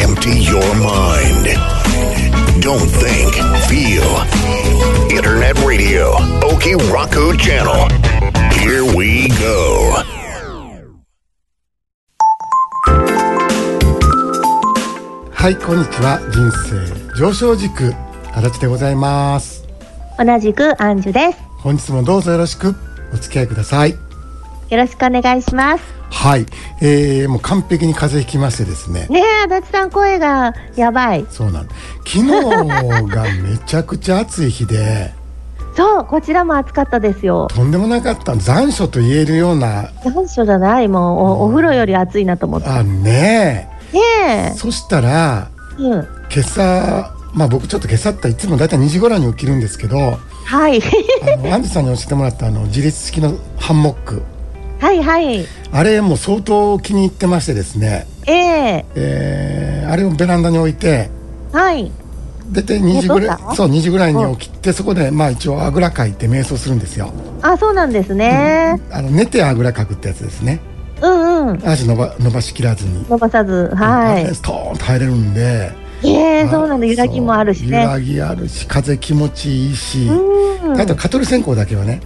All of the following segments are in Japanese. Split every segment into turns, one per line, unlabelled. empty your mind. Don't think, feel. Internet radio, Okiraku channel. Here we go.
はい、こんにちは。人生上昇軸足立でございます。
同じくアンジュです。
本日もどうぞよろしくお付き合いください。
よろしくお願いします。
はい、えー、もう完璧に風邪ひきましてですね。
ねえ、足立さん声がやばい。
そうなん昨日がめちゃくちゃ暑い日で、
そう、こちらも暑かったですよ。
とんでもなかった残暑と言えるような、
残暑じゃない、もうおお風呂より暑いなと思って。
あ、ねえ。
ね
そしたら、
え、うん、
今朝、まあ僕ちょっと今朝っていつもだいたい2時頃に起きるんですけど、
はい、
あの、アンジュさんに教えてもらったあの、自立式のハンモック。
はいはい、
あれもう相当気に入ってましてですね、
ええ
えーあれをベランダに置いて
はい、
大体2時ぐら
寝とった
いそう2時ぐらいに起きてそこでまあ一応あぐらかいて瞑想するんですよ
あ、そうなんですね。
あの寝てあぐらかくってやつですね
うんうん、
足伸ば伸ばしきらずに、
伸ばさず、は
あれ
い。
ストーンと入れるんで
ええ
はい
そうなんだ、揺らぎもある
そ
し
う揺
ね。
らぎあるし風気持ちいいし
うん
あと蚊取り線香だけはね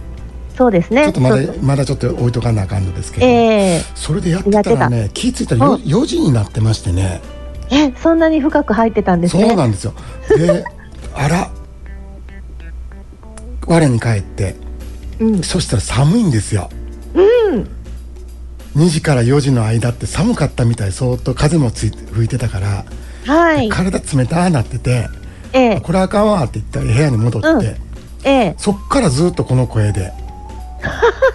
そうですね。
ちょっとま
そうそ
だ
う
まだちょっと置いとかなあかんのですけど、
ええ
それでやってたらね気ぃ付いたら 4, 時になってましてね
え、そんなに深く入ってたんですね。
そうなんですよ。で、あら、我に返って、
うん
そしたら寒いんですよ。2時から4時の間って寒かったみたい、そーっと風もついて吹いてたから、
はい、
体冷たーなってて、
ええ
これあかんわって言ったら部屋に戻って、
うんええ
そっからずっとこの声で、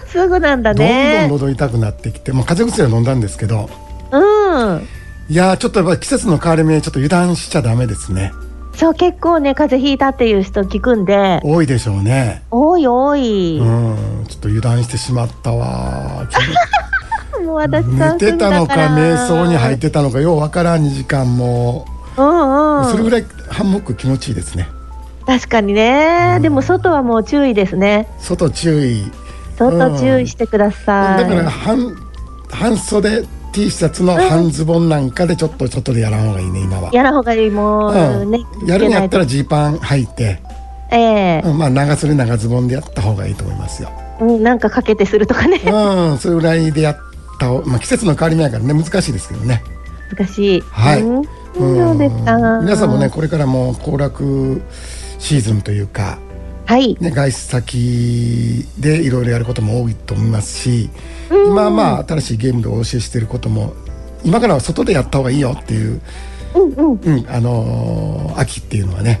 すぐなんだ
どんど
ね。
ん喉痛くなってきて、もう風邪薬は飲んだんですけど、
うん。
いやーちょっとやっぱ季節の変わり目ちょっと油断しちゃダメですね。
そう、結構ね、風邪ひいたっていう人聞くんで、
多いでしょうね。
多い多い。
うん、ちょっと油断してしまった わー。
もう私
寝てたのか瞑想に入っ。てたのかようわからん2時間も、
うんうん。
それぐらいハンモック気持ちいいですね
確かにね、でも外はもう注意ですね。
外注意
外注意してください。
だから半半袖 T シャツの半ズボンなんかでちょっと外でやらんほうがいいね今は、
やらほうがいいもう、
うん
ね。
やるんやった
ら。
らジーパン履いて、
ええ
うんまあ長袖長ズボンでやった方がいいと思いますよ
うん、なんかかけてするとかね、
うんそれぐらいでやった方、まあ、季節の変わり目やからね難しいですけどね
難しい。
はい
うん、
ん
そうですか。
皆さんもね。これからも行楽シーズンというか
はい。
ね、外出先でいろいろやることも多いと思いますし今はまあ新しいゲームでお教えしていることも今からは外でやった方がいいよっていう、
うんうん。
うんあのー秋っていうのはね、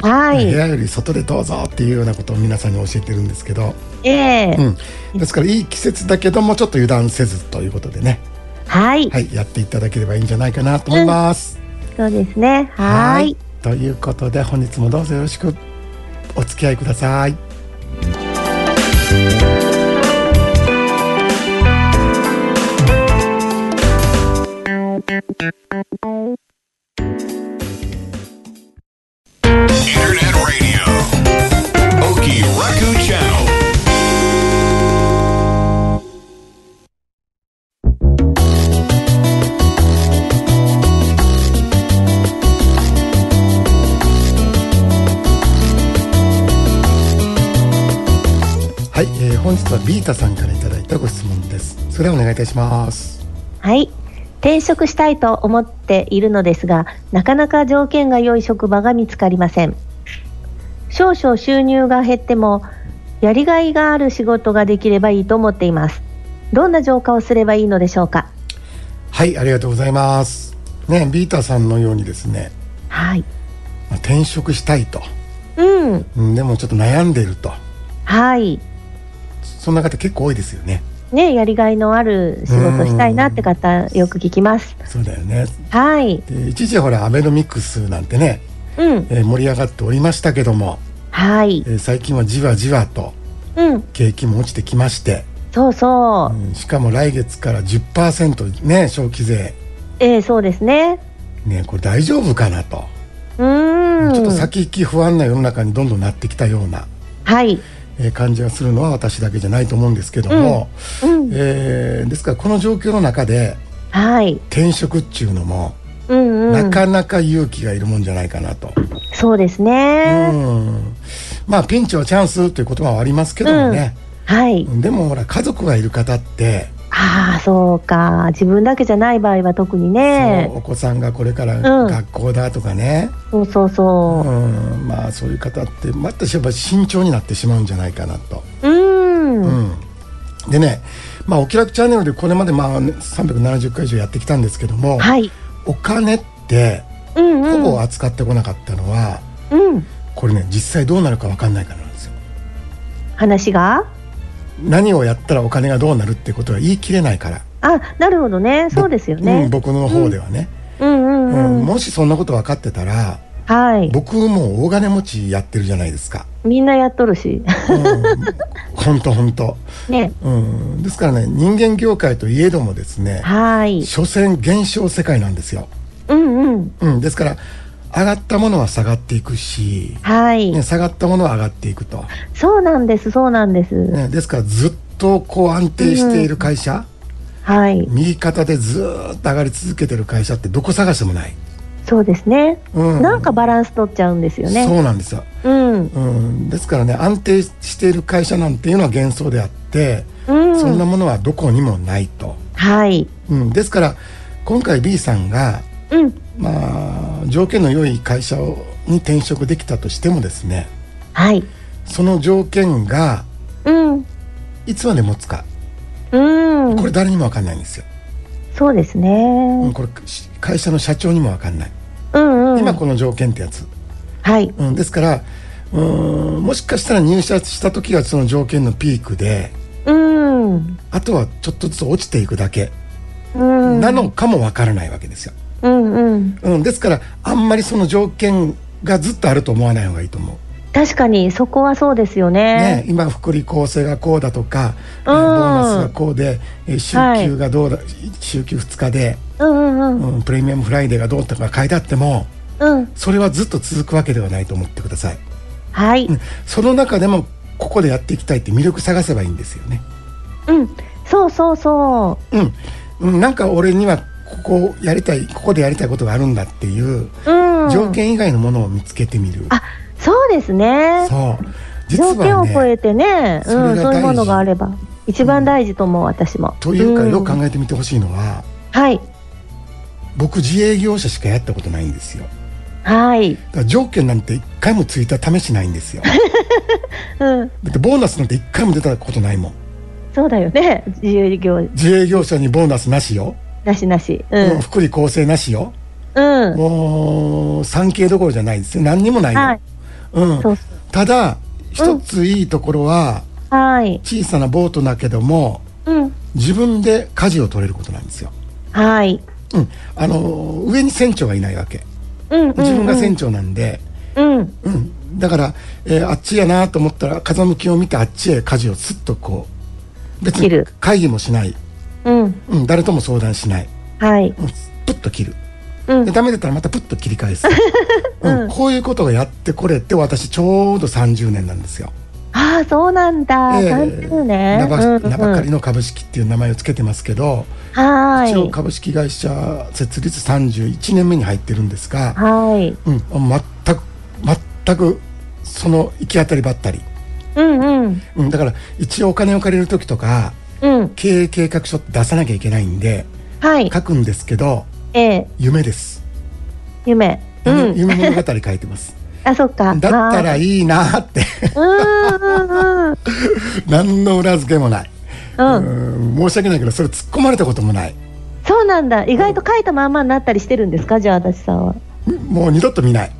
は
部
い。
屋より外でどうぞっていうようなことを皆さんに教えてるんですけど、
ええ
うん、ですからいい季節だけどもちょっと油断せずということでね、
はい。
はい、やっていただければいいんじゃないかなと思います。
そうですね。はーい。
ということで本日もどうぞよろしくお付き合いください。
Internet radio, Okiraku channel.
はい、えー本日はビータさんからいただいたご質問です。それではお願いいたします。
はい転職したいと思っているのですがなかなか条件が良い職場が見つかりません少々収入が減ってもやりがいがある仕事ができればいいと思っていますどんな浄化をすればいいのでしょうか
はい、ありがとうございます。ね、ビータさんのようにですね、
はい
まあ転職したいと、
うん
うんでもちょっと悩んでいると、
はい
そんな方結構多いですよね。
ねやりがいのある仕事したいなって方よく聞きます
そうだよね。
はい
で一時ほらアベノミクスなんてね、
うん
えー盛り上がっておりましたけども、
はい
えー最近はじわじわと
うん
景気も落ちてきまして、
そうそうう、
んしかも来月から10%ね消費税
ええそうですね
ねこれ大丈夫かなと。
うーん
ちょっと先行き不安な世の中にどんどんなってきたような、
はい
えー感じがするのは私だけじゃないと思うんですけども、
うん
えーですからこの状況の中で
はい
転職っちゅうのも、
うんう。
なんかなか勇気がいるもんじゃないかなと、
そうです
う
ね。
ん、まあピンチはチャンスという言葉はありますけどもね、
はい。
でもほら家族がいる方って、
ああ、そうか。自分だけじゃない場合は特に
そ
ね
の。お子さんがこれから
うん
学校だとかね、
そうそうそ
うん、まあそういう方って私はやっぱ慎重になってしまうんじゃないかなと。
う。うん。うん。
うん、でね、まあ、お気楽チャンネルでこれまでまあ370回以上やってきたんですけども、
はい。
お金って
うん
ほ
うん。
ぼ扱ってこなかったのは、
うん。
これね実際どうなるか分かんないからなんですよ。
話が
何をやったらお金がどうなるってことは言い切れないから、
あ、なるほどね。そうですよ
うん
ね。
僕の方ではね、
うんう
うんん
うん。
もしそんなこと分かってたら
はい。
僕もう大金持ちやってるじゃないですか。
みんなやっとるし。
うん、ほんとほんと、
ね。
うん、ですからね人間業界といえどもですね
はい。
所詮減少世界なんですよ。
うんうん。
うん、ですから上がったものは下がっていくし、
はい。
ね、下がったものは上がっていくと、
そうなんです。そうなんです。
ね、ですからずっとこう安定している会社、
はい。
右肩でずーっと上がり続けてる会社ってどこ探してもない、
そうですね。
うん、
なんかバランス取っちゃうんですよ
そ
ね。
うなんですよ、
うん。
うん、ですからね安定している会社なんていうのは幻想であって、
うん
そんなものはどこにもないと、
はい。
うん、ですから今回 B さんが
うん。
まあ条件の良い会社をに転職できたとしてもですね
はい。
その条件が
うん。
いつまで持つか
うん
こ。れ誰にも分かんないんですよ、
そうですね。
うんこれし会社の社長にも分かんない、
うんうん。
今この条件ってやつ、
はい。
うん、ですからうーんもしかしたら入社した時がその条件のピークで
うん。
あとはちょっとずつ落ちていくだけ
うん。
なのかも分からないわけですよ、
うんうん。
うん、ですからあんまりその条件がずっとあると思わない方がいいと思う、
確かにそこはそうですよ
ね
ね。、
今福利厚生がこうだとか、えー
うん
ボーナスがこうで、えー週休がどうだ、週休2日で、
うんうんうん。
うん、プレミアムフライデーがどうとか書いてあっても
うん。
それはずっと続くわけではないと思ってください、
はい。
うんその中でもここでやっていきたいって魅力探せばいいんですよね
うん。そうそうそ
うんうんなんか俺にはここやりたいここでやりたいことがあるんだっていう
う。うん。
条件以外のものを見つけてみる、
あ、そうですね。
そう実
条件
は
を超
ね
えてね、
それが大
うん、
事
そういうものがあれば一番大事と思う、私も。
というか
ん
よく考えてみてほしいのは、
はい
僕自営業者しかやったことないんですよ
はい、
だから条件なんて一回もついた試しないん ですよだ
うん、
ってボーナスなんて一回も出たことないもん
そうだよね自由業
自営業者にボーナスなしよ、
なしなし、う
うん
ん
福利厚生なしよ
うん、
もう産経どころじゃないですよ何にもないの、
はい
うん
そうそ
ただ一ついいところは、
はい、
小さなボートだけども
うん、
自分で舵を取れることなんですよ、
はい、
うん、あの上に船長がいないわけ
うん、うん
自分が船長なんで、
うん、
うんだから、えーあっちやなと思ったら風向きを見てあっちへ舵をすっとこう別
切
に
る
会議もしない、
うん、
うん、誰とも相談しない、
はい、
うん、プッと切る
うん
で、ダメだったらまたプッと切り返 す、うんこういうことをやってこれって私ちょうど30年なんですよ。
ああそうなんだ、
ええ
三十ね、
名ば
うんうん
名ばかりの株式っていう名前をつけてますけど、
は
一応
い、
株式会社設立31年目に入ってるんですが、
はい、
うん、全く全くその行き当たりばったり、
うんうん
うん、だから一応お金を借りる時とか
うん、
経営計画書って出さなきゃいけないんで
はい、
書くんですけど
ええ
夢です、
夢、う
夢
ん、
夢物語書いてます
あそっか、
だった
は
ら
い、
いいなーって
うんうんうん
何の裏付けもない、
うん。
うん申し訳ないけどそれ突っ込まれたこともない
そうなんだ意外と書いたまんまになったりしてるんですかじゃあ私さんは
もう二度と見ない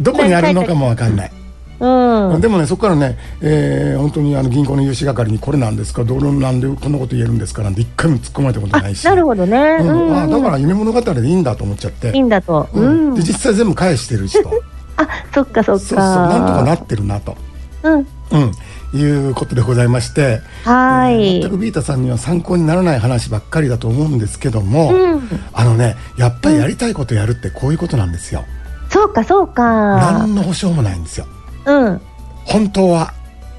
どこにあるのかもわかんない
うんうん
でもねそこからね、えー本当にあの銀行の融資係にこれなんですかどうなんでこんなこと言えるんですかなんて一回も突っ込まれたことないし
なるほどね、う
うん
ん
あだから夢物語でいいんだと思っちゃって
いいんだと、う
うん
ん
で実際全部返してるしと
あ そっか
そ
そっか
うそうなんとかなってるなと、
うん
うん、いうことでございまして、
はーい、
全くビータさんには参考にならない話ばっかりだと思うんですけども、
うん
あのねやっぱりやりたいことやるってこういうことなんですよ、
そうかそうか
何の保証もないんですよ
うん
本当は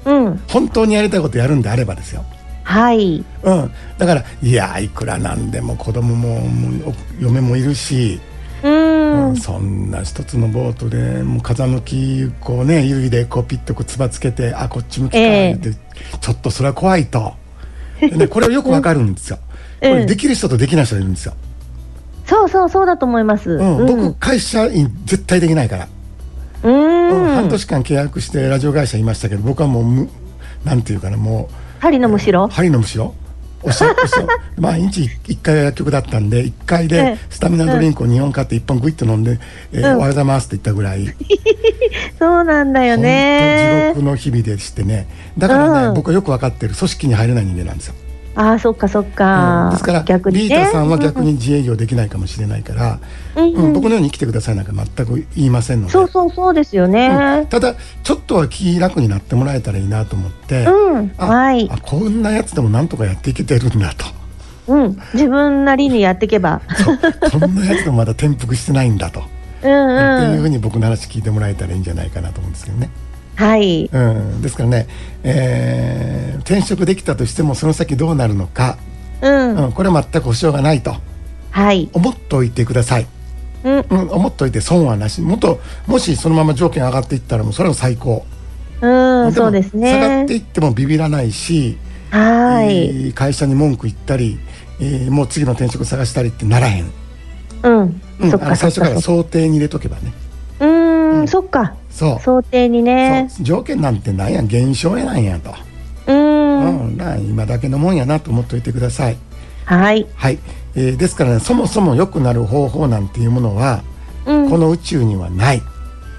うん
本当にやりたいことやるんであればですよ、
はい。
うん、だからいやいくらなんでも子供ももう嫁もいるし、
うん。
そんな一つのボートでもう風向きこうね指でこうピッとこうつばつけてあこっち向きかっ
ええ
て、ちょっとそれは怖いと、ね、これをよくわかるんですよ。こ
うん
れできる人とできない人がいるんですよ。
そうそうそうだと思います。
うん
うん。
僕会社員絶対できないから、
う
うん
ん。
半年間契約してラジオ会社いましたけど僕はもうむなんていうかなもう。
針のむしろ。
針のむしろお しゃおしゃ毎日1回は薬局だったんで1回
え
で
え
スタミナドリンクを2本買って1本グイッと飲んで「えー
う
お
ん
はようございます」って言ったぐらい
そうなんだ
本
よ
当地
ね。
獄の日々でしてねだからね、
うん
僕はよく分かってる組織に入れない人間なんですよ、
ああ、そっかそ
う
っか。
んですから
逆に
リー
ね。
タさんは逆に自営業できないかもしれないから、
うん
うん僕のように来てくださいなんか全く言いませんので
そうそうそうですよね。
ただちょっとは気楽になってもらえたらいいなと思って、
うん。
あ
はい
あ。こんなやつでもなんとかやっていけてるんだと。
うん。自分なりにやっていけば。
そうこんなやつがまだ転覆してないんだと、って
うん
いう
う
ふ
ん。
うに僕の話聞いてもらえたらいいんじゃないかなと思うんですけどね、
はい。
うん、ですからね、えー転職できたとしてもその先どうなるのか、
うん。
うん、これは全く保証がないと
はい。
思っておいてください、
うん。
うん、思っておいて損はなしもっともしそのまま条件上がっていったらもうそれは最高、
うん。
も
そうです
下が
ね
って。いってもビビらないし、
は
え
い。
ー会社に文句言ったり、えーもう次の転職探したりってならへん、
うん
う。ん、
そっ
あの
か
最
そっ
初から
か。
想定に入れとけばね
うーん。そっか。
そう
想定にね。
そう条件なんてなんや現象やなんやと、
う。
うんん、なん今だけのもんやなと思っておいてください、
はい。
はいえーですからねそもそも良くなる方法なんていうものは、
うん
こ。の宇宙にはない、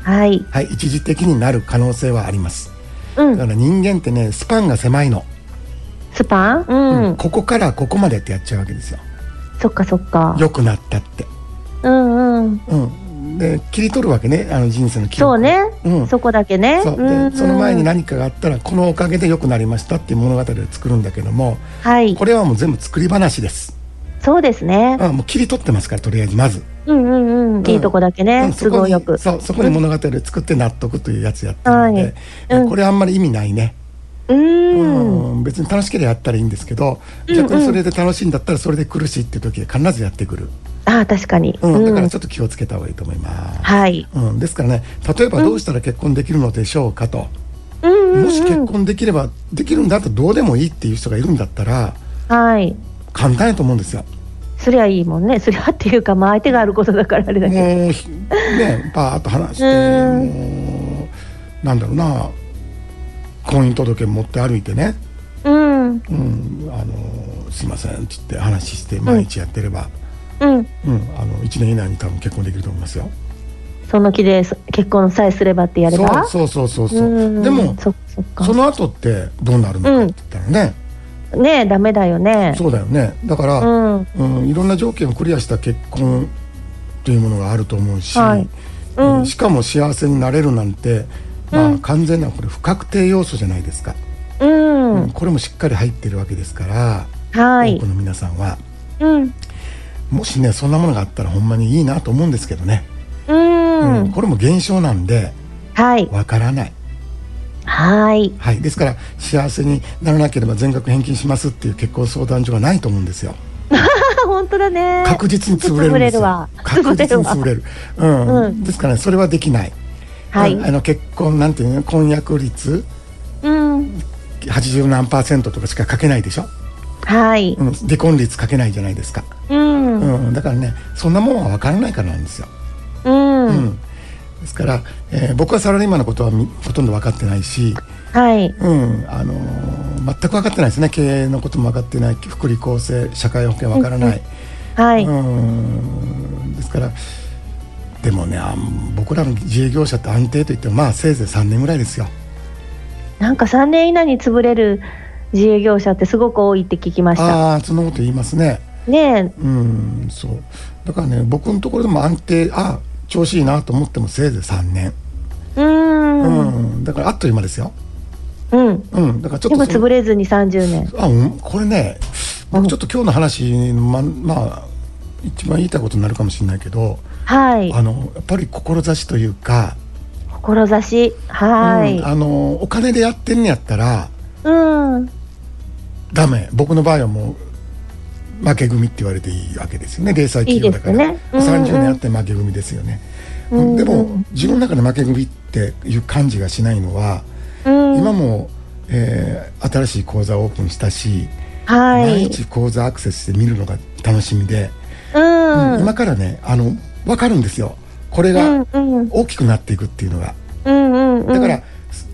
はい。
はい、一時的になる可能性はあります
う
だか
ん。
ら人間ってねスパンが狭いの、
スパンうん。
ここからここまでってやっちゃうわけですよ
そっかそっか。
良くなったって、
うんうん。
うん、で切り取るわけねあの人生の記録
そうね。
うん
そこだけね。
そうで
んん
その前に何かがあったらこのおかげで良くなりましたっていう物語を作るんだけども
はい
こ。れはもう全部作り話です
そうですね。
あもう切り取ってますからとりあえずまず、
うんうんうん。いいとこだけ
う
ね。
ん
都合よく。
そこにそうそこに物語を作って納得というやつやってるので、
はいうん
これあんまり意味ないね、
うーん。
うん別に楽しければやったらいいんですけど
うん
逆にそれで楽しいんだったらそれで苦しいっていう時は必ずやってくる、
ああ、確かに。
うんだか
う
ら
ん
ちょっと気をつけた方がいいと思います、
はい。
うん、ですからね例えばどうしたら結婚できるのでしょうかと、
うんうん
もし
う
結
ん。
婚できればできるんだとどうでもいいっていう人がいるんだったら
はい。
簡単やと思うんですよ
すりゃいいもんね。すりゃっていうか、まあ相手があることだからあれだけど。
もうひねパーッと話して、
うん
もうなんだろうな婚姻届持って歩いてね
うん。
「うん、あのすいません」っつって話して毎日やってれば、
う
う
ん。
んあの1年以内に多分結婚できると思いますよ。
その気で結婚さえすればってやれば。
そうそうそうそう
う
そ
ん
うでも
そっかそっか
その後ってどうなるのかって言ったらね、
ねえ、ダメだよね。
そうだよねだから、
うん。
うん、いろんな条件をクリアした結婚というものがあると思うし、
はいうん
うんしかも幸せになれるなんて、まあ完全なこれ不確定要素じゃないですか、
う
うん
ん。
これもしっかり入ってるわけですから、
はい
多く。の皆さんは
うん。
もしねそんなものがあったらほんまにいいなと思うんですけどね、
う
うん
ん。
これも現象なんで
はい。
わからない、
はい。
はい、ですから幸せにならなければ全額返金しますっていう結婚相談所がないと思うんですよ。
あ、本当だね。
確実に潰れるんです
潰れる
よ
わ。
確実に潰れる。うん、
う
ですから、ね、それはできない。
はい
ああの結婚なんていうの婚約率
うん。
80何パーセントとかしか書けないでしょ、
はい。
うん、離婚率書けないじゃないですか、
うん。うん。
うん、だからねそんなもんは分からないからなんですよ、うんですから、えー僕はサラリーマンのことはみほとんど分かってないし、
はい。
うんあのー全く分かってないですね経営のことも分かってない福利厚生社会保険分からない、
はい。
うんですからでもねあん僕らの自営業者って安定といってもまあせいぜい3年ぐらいですよ
なんか3年以内に潰れる自営業者ってすごく多いって聞きました。
ああーそんなこと言いますね
ね
うんそうだからね僕のところでも安定あ調子いいなと思ってもせいぜい3年
え。う。
うんん、だからあっという間ですよ
うん。
うんだからちょ
で
っ
も
とその
潰れずに30年。
あ、うん、これね僕ちょっと今日の話ままあ一番言いたいことになるかもしれないけど
はい。
あのやっぱり志というか、
志。は
うんあのお金でやってんねやったら
い。うん。
ダメ僕の場合はもう負け組って言われていいわけですよね零細企業だから
いいですねうんうん
30年やって負け組ですよね、
うんうん
でも自分の中で負け組っていう感じがしないのは、
うん
今も、えー新しい講座をオープンしたし、
は
毎
い。
日講座アクセスして見るのが楽しみで、
うん。
今からねあの分かるんですよこれ
うん
が
うん
大きくなっていくっていうのが、
うんうんうん。
だから、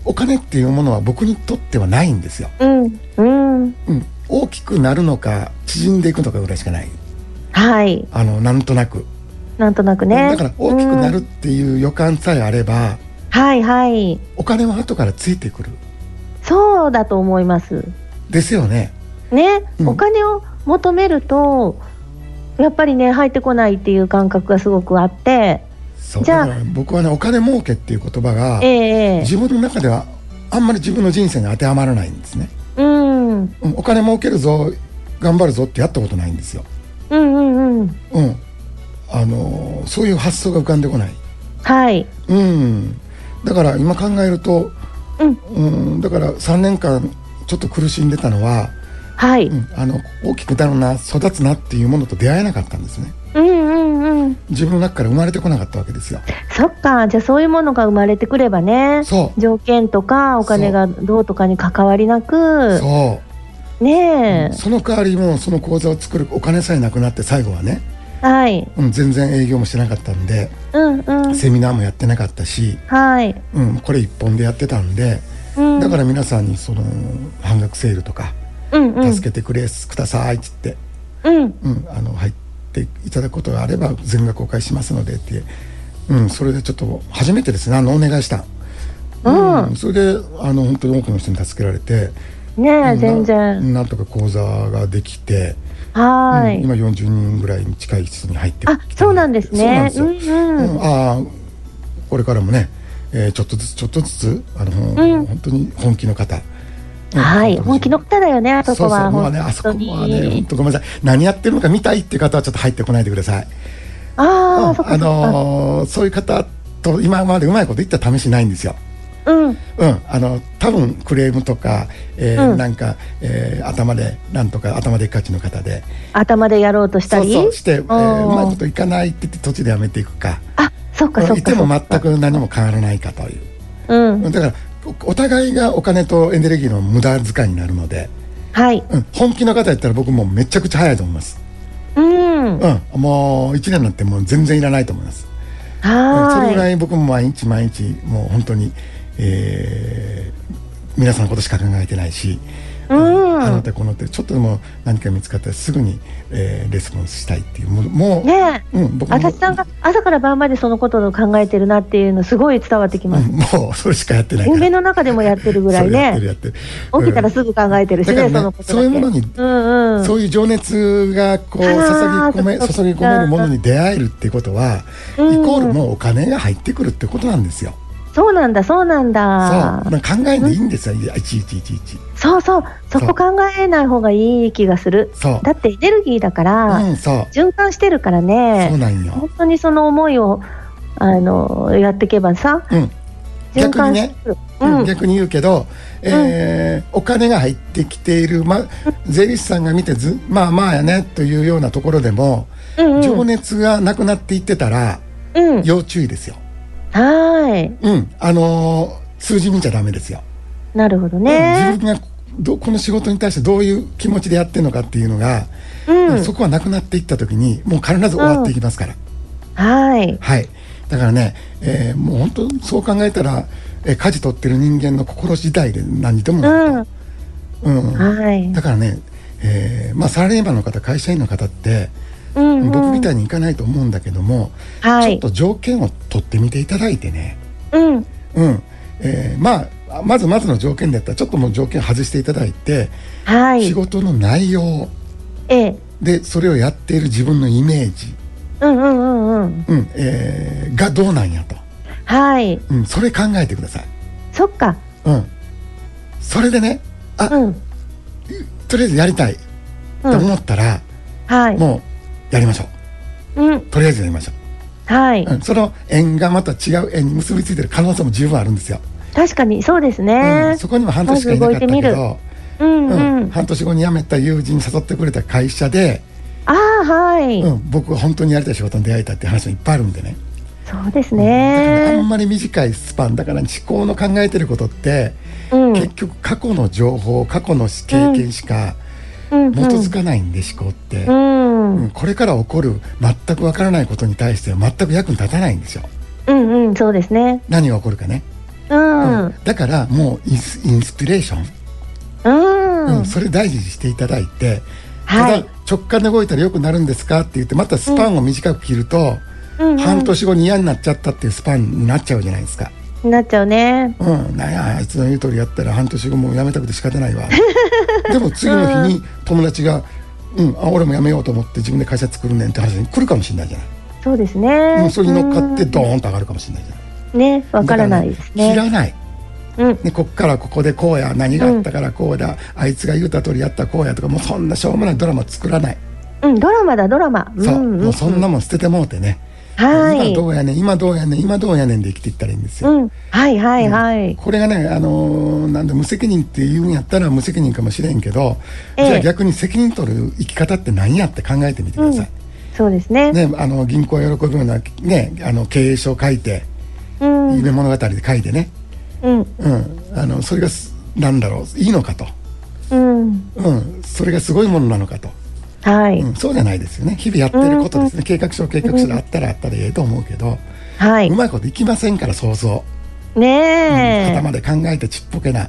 お金っていうものは僕にとってはないんですよ、
うんうん。
うん、大きくなるのか縮んでいくのかぐらいしかない
はい。
あのなんとなく、
なんとなくね。
だから大きくなる
う
っ
ん。
ていう予感さえあれば、
はいはい。
お金は後からついてくる
そうだと思います。
ですよね
ね、
うん
お金を求めるとやっぱりね入ってこないっていう感覚がすごくあって
そう
じゃあ
だから僕はねお金儲けっていう言葉が、
えええ
自分の中ではあんまり自分の人生に当てはまらないんですね、
えうん、うん
うん、お金儲けるぞ頑張るぞってやったことないんですよ
うんうん
うん、あのーそういう発想が浮かんでこない、
はい
うん、だから今考えると、
うん
うんだから3年間ちょっと苦しんでたのは、
はい、
うん、あの大きくなるな育つなっていうものと出会えなかったんですね
うん、うんうん
自分の中から生まれてこなかったわけですよ
そっかじゃあそういうものが生まれてくればね
そう
条件とかお金がどうとかに関わりなく
そ
ねえ
う、その代わりもうその講座を作るお金さえなくなって最後はね、
はい
うん、全然営業もしてなかったんで
うんうん
セミナーもやってなかったし、
はい
うん、これ一本でやってたんで
うん
だから皆さんにその半額セールとか
うんうん
助けてくれくださいっつって、
うん
うん、あの入っていただくことがあれば全額お返ししますのでって、うん、それでちょっと初めてですねあのお願いした、
うん
それであの本当に多くの人に助けられて、
ねえ
うん
全
な
然
なんとか講座ができて、
は
うん
い
今40人ぐらいに近い人に入って
あそうなんです
そうなん
ね
ですよ、
うんうん
うんああこれからもね、えーちょっとずつちょっとずつあの、
うん
本当に本気の方、うん
はい、
本当に
本気の方だよね、あそこは。
そうそう、まあね、あそこはね、本当ごめんなさい。何やってるのか見たいっていう方はちょっと入ってこないでください。
ああ、そっ
あ
かそっか。
のーそういう方と今までうまいこと言った試しないんですよ。
うん、
うん、あの多分クレームとか、えー
うん
なんか、えー頭でなんとか頭でっかちの方で
頭でやろうとした
そう
り。
そうして、えー
あー
うまいこといかないって言って途中でやめていくか
あ、そっかそっか。
いても全
く。
く何も変わらないかという
うん、
だからおお互いがお金とエネルギーの無駄遣いになるので、
はい、
うん、本気の方やったら僕もうめちゃくちゃ早いと思います。
うん、は
うん、もう1年なんてもう全然いらないと思います、うんそれぐら
ーい。
い僕も毎日毎日もう本当に、えー皆さんのことしか考えてないし、
うん
あなたこうなってるちょっとでも何か見つかったらすぐに、えーレスポンスしたいっていうもうもう、
ねえ、
うん、僕も
足立さんが朝から晩までそのことを考えてるなっていうのすごい伝わってき
う
ま
ん
す。
もうそれしかやってないから
夢の中でもやってるぐらい
そうやってるや
ね。
ってる
起きたら
ぐ
すぐ考えてるし
だから
ね、
ね
そのことだけ。
そういうものに
うん、うん。
そういう情熱がこう注ぎ
あー
込め
そっ
注
か
ぎ込めるものに出会えるってことは、
うん
イコールもうお金が入ってくるってことなんですよ。
そうなんだ、そうなんだ
そう。なんか考えんでいいんですよ、いやいちいちいちいち
そうそう、そこ考えない方がいい気がする。
そう
だってエネルギーだから。
うんそう
循環してるから
そう
ね
なんよ
本当にその思いをあのやっていけばさ
うん
循
逆に
環
ね
してくる、
うん
うん
逆に言うけど、えーお金が入ってきている、ま、税理士さんが見てずまあまあやねというようなところでも、
うん
情
うん
熱がなくなっていってたら
うん
要注意ですよ、
は
うんあのー数字見ちゃダメですよ、
いなるほど
うん
ね
自分がどこの仕事に対してどういう気持ちでやってるのかっていうのが、
うん、
そこはなくなっていった時にもう必ず終わっていきますから、
はい
はい。だからね、えーもう本当そう考えたら、えー、舵取ってる人間の心次第で何でも
う
ない
ん
と。うん。
はい
だからね、えーまあサラリーマンの方、会社員の方って、
うんうん
僕みたいにいかないと思うんだけども、
はい
ちょっと条件を取ってみていただいてね。
うん
うん。えーまあまずまずの条件だったらちょっともう条件外していただいて、
は
仕
い
事の内容
ええ
でそれをやっている自分のイメージ、
うんうんうんうん
うんえーがどうなんやと、
はい
うん、それ考えてください。
そっか
うん、それでねあ、
うん
とりあえずやりたいと
うん
思ったら、
はい
もうやりましょう
うん
とりあえずやりましょ
はい、
う、うん、その縁がまた違う縁に結びついてる可能性も十分あるんですよ、
確かにそうです
う
ね
ん、そこにも半年しかいなかった
まず動い
け
てみる
ど、
うんうん。
半年後に辞めた友人に誘ってくれた会社で、
ああはい、
うん、僕が本当にやりたい仕事に出会えたっていう話もいっぱいあるんでね、
そうです
あん
ね。
まり短いスパンだから思考の考えてることって、
うん
結局過去の情報過去の経験しか
うん
基づかないんで、思考って、
う
うんんこれから起こる全くわからないことに対しては全く役に立たないんですよ
うんうんそうですね。
何が起こるかね、
うんうん
だからもうインスインスピレーション、うんそれ大事にしていただいて、
は
た
い
だ直感で動いたら良くなるんですかって言ってまたスパンを短く切ると、
うんうん
半年後に嫌になっちゃったっていうスパンになっちゃうじゃないですか。
なっちゃうね。
うん、なんやあいつの言う通りやったら半年後もう辞めたくて仕方ない わでも次の日に友達が「うんあ俺も辞めようと思って自分で会社作るねん」って話に来るかもしれないじゃ
そうです
ない、う
ね。
ん、それに乗っかってドーンと上がるかもしれないじゃない
うんねわからないです
だから
ね。
切らない
うん
ね、こっからここでこうや何があったからこうだ、あいつが言うた通りやったこうやとかもうそんなしょうもないドラマ作らない、
うんドラマだドラマ。
そう
うん
もうそんなもん捨ててもうてね、
は
今
い。
どうやねん今どうやねん今どうやねんで生きていったらいいんですよ、
うんはいはいはい。
これがね、あのーなんだ無責任って言うんやったら無責任かもしれんけど、
ええ
じゃあ逆に責任取る生き方って何やって考えてみてください、
そうですね。
ね、あの銀行を喜ぶような、ね、あの経営書を書いて
うんうん
夢物語で書いてね、うん、あのそれがすなんだろういいのかと、
うん
うん、それがすごいものなのかと、
はい
うん、そうじゃないですよね日々やってることですね、計画書計画書であったらあったらええと思うけど、
は
う
い
まいこといきませんから想像、
ねえ
頭で考えてちっぽけな。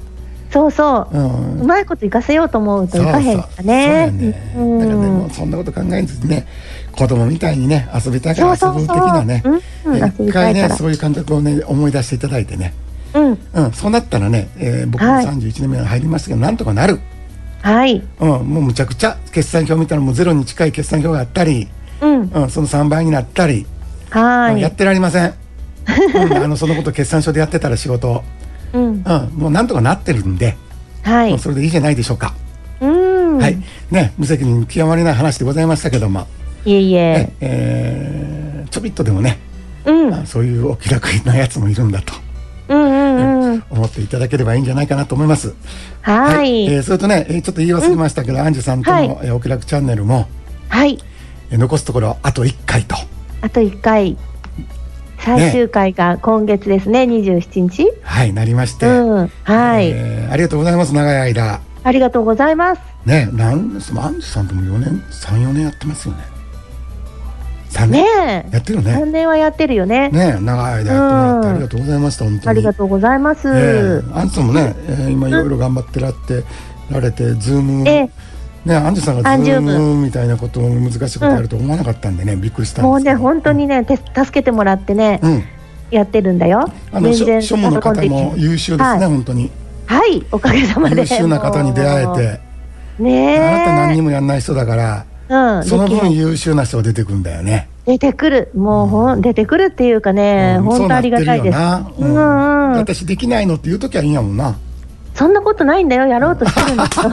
そうそう。
うん
うまいこと活かせようと思うといかへんからね。
そうそうそうやねだからね、
うん
もうそんなこと考えずにね、子供みたいにね、遊びたいから遊
そうそう
ぶ
そう
的なね
うんうん、遊
一
びた
回
いか
ね、
ら
そういう感覚をね、思い出していただいてね、
うん
うん、そうなったらね、えー僕も
はい
31年目に入りましたけど、なんとかなる。
はい。
うん、もうむちゃくちゃ決算表見たらもうゼロに近い決算表があったり、
うん
うん、その3倍になったり、
は
うんや
い。
ってられま せん、うんあのそのこと決算書でやってたら仕事、
うん
うん、もうなんとかなってるんで、
はい
もう。それでいいじゃないでしょうか、
うん。
はいね無責任極まりない話でございましたけども
いえいえ。
えーちょびっとでもね、
うん。う
あ
ん
そういうお気楽なやつもいるんだと
うんうん。
思っていただければいいんじゃないかなと思います。
は
え
い。
ーそれとね、えーちょっと言い忘れましたけど、アンジュさんとの、
はい
えーお気楽チャンネルも、
はい。
えー残すところあと1回と。
あと1回。最終回が今月ですね、27日。
はい、なりまして、
うん。はい。
えーありがとうございます、長い間。
ありがとうございます。
ね、なんですアンジュさんとも4年、3、4年やってますよね。3年、
ねえ。
やってるよ
3
ね。
年はやってるよね。
ね、長い間やってもらって、
うん
ありがとうございました、本当に。
ありがとうございます。
ええアンジュさんもね、えー今いろいろ頑張ってらってられてズーム、
え
ねアンジュさんが
アン
ズ
ジュ
ー
ーム
ムみたいなことを難しいことやると思わなかったんでね、びっくりしたん
も
で
う
すけ
ね、
ど
本当にね、て助けてもらってね、
うん
やってるんだよ。
あの書書務の
パソ
方
コンで
も優秀ですね、
はい
本当に
はい、おかげさまで。
優秀な方に出会えて、
て。ねえ。
あなた何にもやんない人だから、
うん、
その
でき
分優秀な人が出てくるんだよね
出てくる、もうほん、出てくるっていうかね、
うん
本当ありがたいです。
そうなってる
う
よな、うん
んうん、
私できないのって言う時はいいんやもんな
そんなことないんだよ、やろうとしてるんだけど。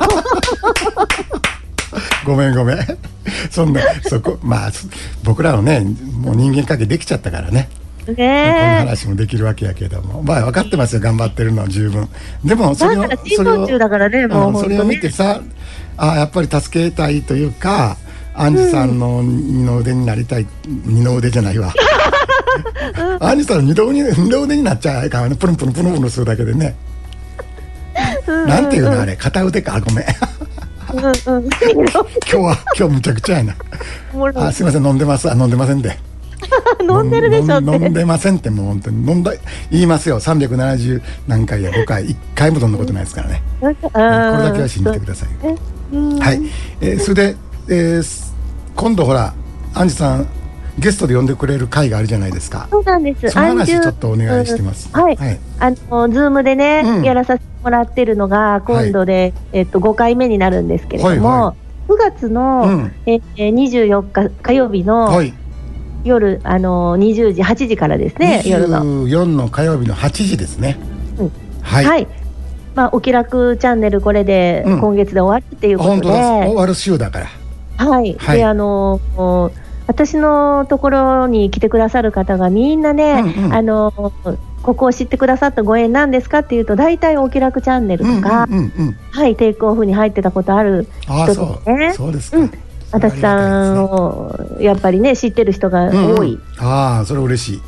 ごめんごめん そんなそこまあ僕らのねもう人間関係できちゃったからねこの
ね
話もできるわけやけども、まあ分かってますよ頑張ってるのは十分でも
え。
それ
だ
を
から、
そ
人
れ
道
を
中だからね、もう
うんそ
本
れ
当
を見
ね
て。さあやっぱり助けたいというかアンジュさんの二の腕になりたい、二の腕じゃない わアンジュさんの二の腕二の腕になっちゃうからねプルンプルンプルンプルンするだけでねなんていうのあれ片腕かあごめん
うんう
今
ん。
日は今日むちゃくちゃやな
もう
あすいません飲んでますあ飲んでませんで
飲んでるでしょっ
飲ん飲ん
て。
でませんってもう本当に飲んだ言いますよ370何回や5回1回も飲んだことないですからね、
うん
これだけは信じてください、
うん
はい、えーそれで、えーす今度ほらアンジュさんゲストで呼んでくれる回があるじゃないですか
そうなんです。
その話
アンジュ
ちょっとお願いしてます
うんはい。
はい
あのズームでね、
うん
やらさせてもらってるのが今度で、えっと5回目になるんですけれども、
はいは
9月の、
うん
ええ24日火曜日
は
の
い
夜、あの20時8時からですね、夜の。
24の火曜日の8時ですね、
うん
は、
はいい。まあお気楽チャンネルこれで
うん
今月で終わるっていうこ
本
と
当
で、
です終わる週だから
はい。
はい
であのお私のところに来てくださる方がみんなね、
うんうん
あのここを知ってくださったご縁なんですかっていうと大体お気楽チャンネルとか、
うんうんうんうん、
はい、テイクオフに入ってたことある
ああ
人
そ
ですね
う。そうですか、
うん私さんをやっぱりね知ってる人が
うんうん
多い、
ああそれ嬉しい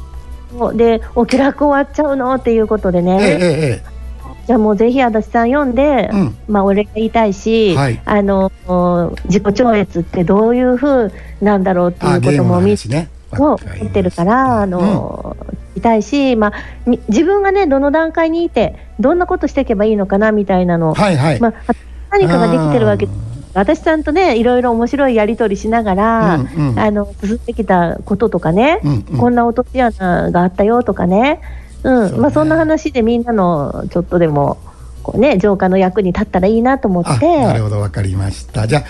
でお気楽終わっちゃうのっていうことで
ええ
ね、
え
じゃあもうぜひ足立さん読んで、
えうん
まあ、俺が言いたいし、
はい
あの自己超越ってどういうふうなんだろうってい
あ
う
ゲ
こ
ー
と
ムの
も見
話ね
を
わかりました
持ってるから、あのいたいし、まあ、み自分がねどの段階にいてどんなことしていけばいいのかなみたいなの、
はいはい、
まあ、何かができてるわけ私さんとねいろいろ面白いやり取りしながら、
うんうん
あの進んできたこととかね、
うんうん
こんな落とし穴があったよとかね、うん
そうね
まあ、そんな話でみんなのちょっとでもこう、ね、浄化の役に立ったらいいなと思っ
あ
て。
なるほどわかりましたじゃあ、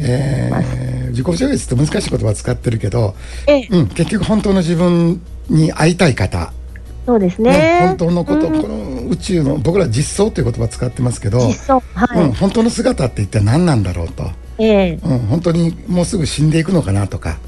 え
ます
ー、自己超越って難しい言葉使ってるけど、
ええ
うん、結局本当の自分に会いたい方、
そうです
ね
ね。
本当のこと、
うん
この宇宙の僕ら実相という言葉使ってますけど、
実装、はい、
うん、本当の姿って一体何なんだろうと、
ええ
うん、本当にもうすぐ死んでいくのかなとか、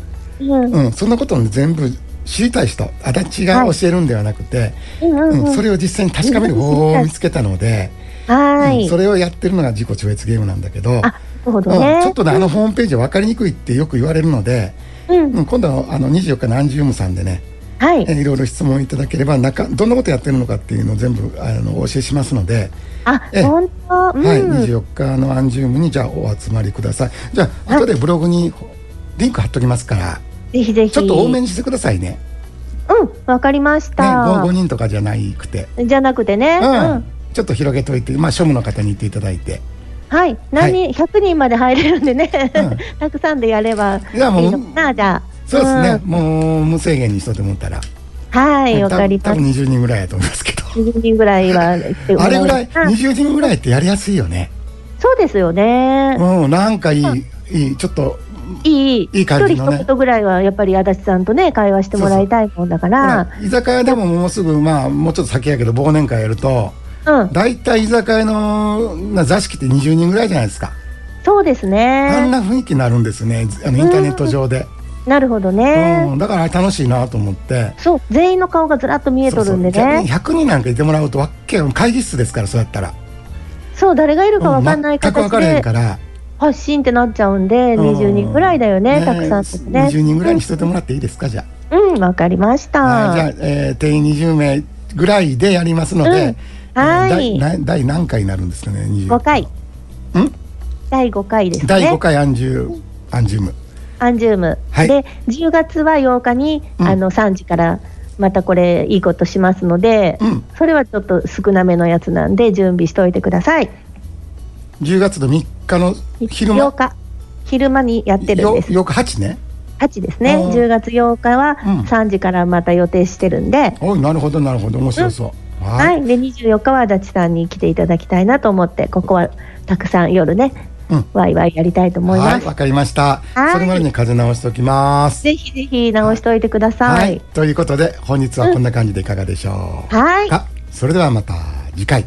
うん、
うん、そんなことを全部知りたい人足立が教えるんではなくて、
うん、う
うん
ん、うん、
それを実際に確かめる方法を見つけたので、
は
う
い、
んそれをやってるのが自己超越ゲームなんだけど。
あ、なるほど
う
ね。
んちょっとね、あのホームページは分かりにくいってよく言われるので、
うん、
うん、今度はあの24日のアンジュームさんでね、
はい、
えいろいろ質問いただければ中どんなことやってるのかっていうのを全部あのお教えしますので、
あ
ええ、
本当、うん、
はい、24日のアンジュームにじゃあお集まりくださいじゃあ後でブログにリンク貼っときますから
ぜひぜひ。
ちょっと多めにしてくださいねね
うん、わかりまし
5,
た。
人とかじゃないくて、
じゃなくてね、
う
うんん、
ちょっと広げといて、まあ、庶務の方に言っていただいて
はい、何人、100人まで入れるんでね
うん、
たくさんでやればいい
やもう
のかな、じゃあ。
そうですね、
ん。
もう無制限にしとってもらったら、
はい、わかり
多
ま
分
す。
20人ぐらいやと思いますけど
20人ぐらいは来てもら
あ
え
れ
る
ぐ
から
い20人ぐらいってやりやすいよね
そうですよね。
うんなんかいい、いいちょっと
いい、
いい感じのね
一人一言ぐらいはやっぱり足立さんとね、会話してもらいたいもんだから、
ほら居酒屋でももうすぐまあもうちょっと先やけど忘年会やると
うん、
大体居酒屋のな座敷って20人ぐらいじゃないですか、
そうです
あん
ね。
な雰囲気になるんですねずあのインターネット上で、
なるほど
うん
ね。
だから楽しいなと思って
そう、全員の顔がずらっと見えとるんで
そうそう逆に100人
ね。
なんかいてもらうとわっけ会議室ですからそうやったら、
そう、誰がいるかわ
う
かん
ん
ない
全く分
形
からへん
で
か、ら、
発信ってなっちゃうんで、
うん
20人ぐらいだよね、たくさんですね。
20人ぐらいにしといてもらっていいですかじゃ
うん、わかりまし
あ、はいじゃ
た。
あ、えー定員20名ぐらいでやりますので、
うんはい
えー第な第何回になるんですかね20
5回。
ん
第5回ですね。
第5回アンジュアンジュム
アンジューム、
はい
で10月は8日に、
うん
あの3時からまたこれいいことしますので、
うん
それはちょっと少なめのやつなんで準備しておいてください
10月の3日の昼間
8日昼間にやってるんです
よよく8ね
8ですね
うん
10月8日は
うん
3時からまた予定してるんで、
おいなるほどなるほど面白そう、、
はいい、で24日は足立さんに来ていただきたいなと思ってここはたくさん夜ね、
うん
ワイワイやりたいと思い
は
ま
い
す、
わかりました
はい
それまでに風直しておきます
ぜひぜひ直しておいてください
ということで本日はこんな感じでいかがでしょう
はい
かそれではまた次回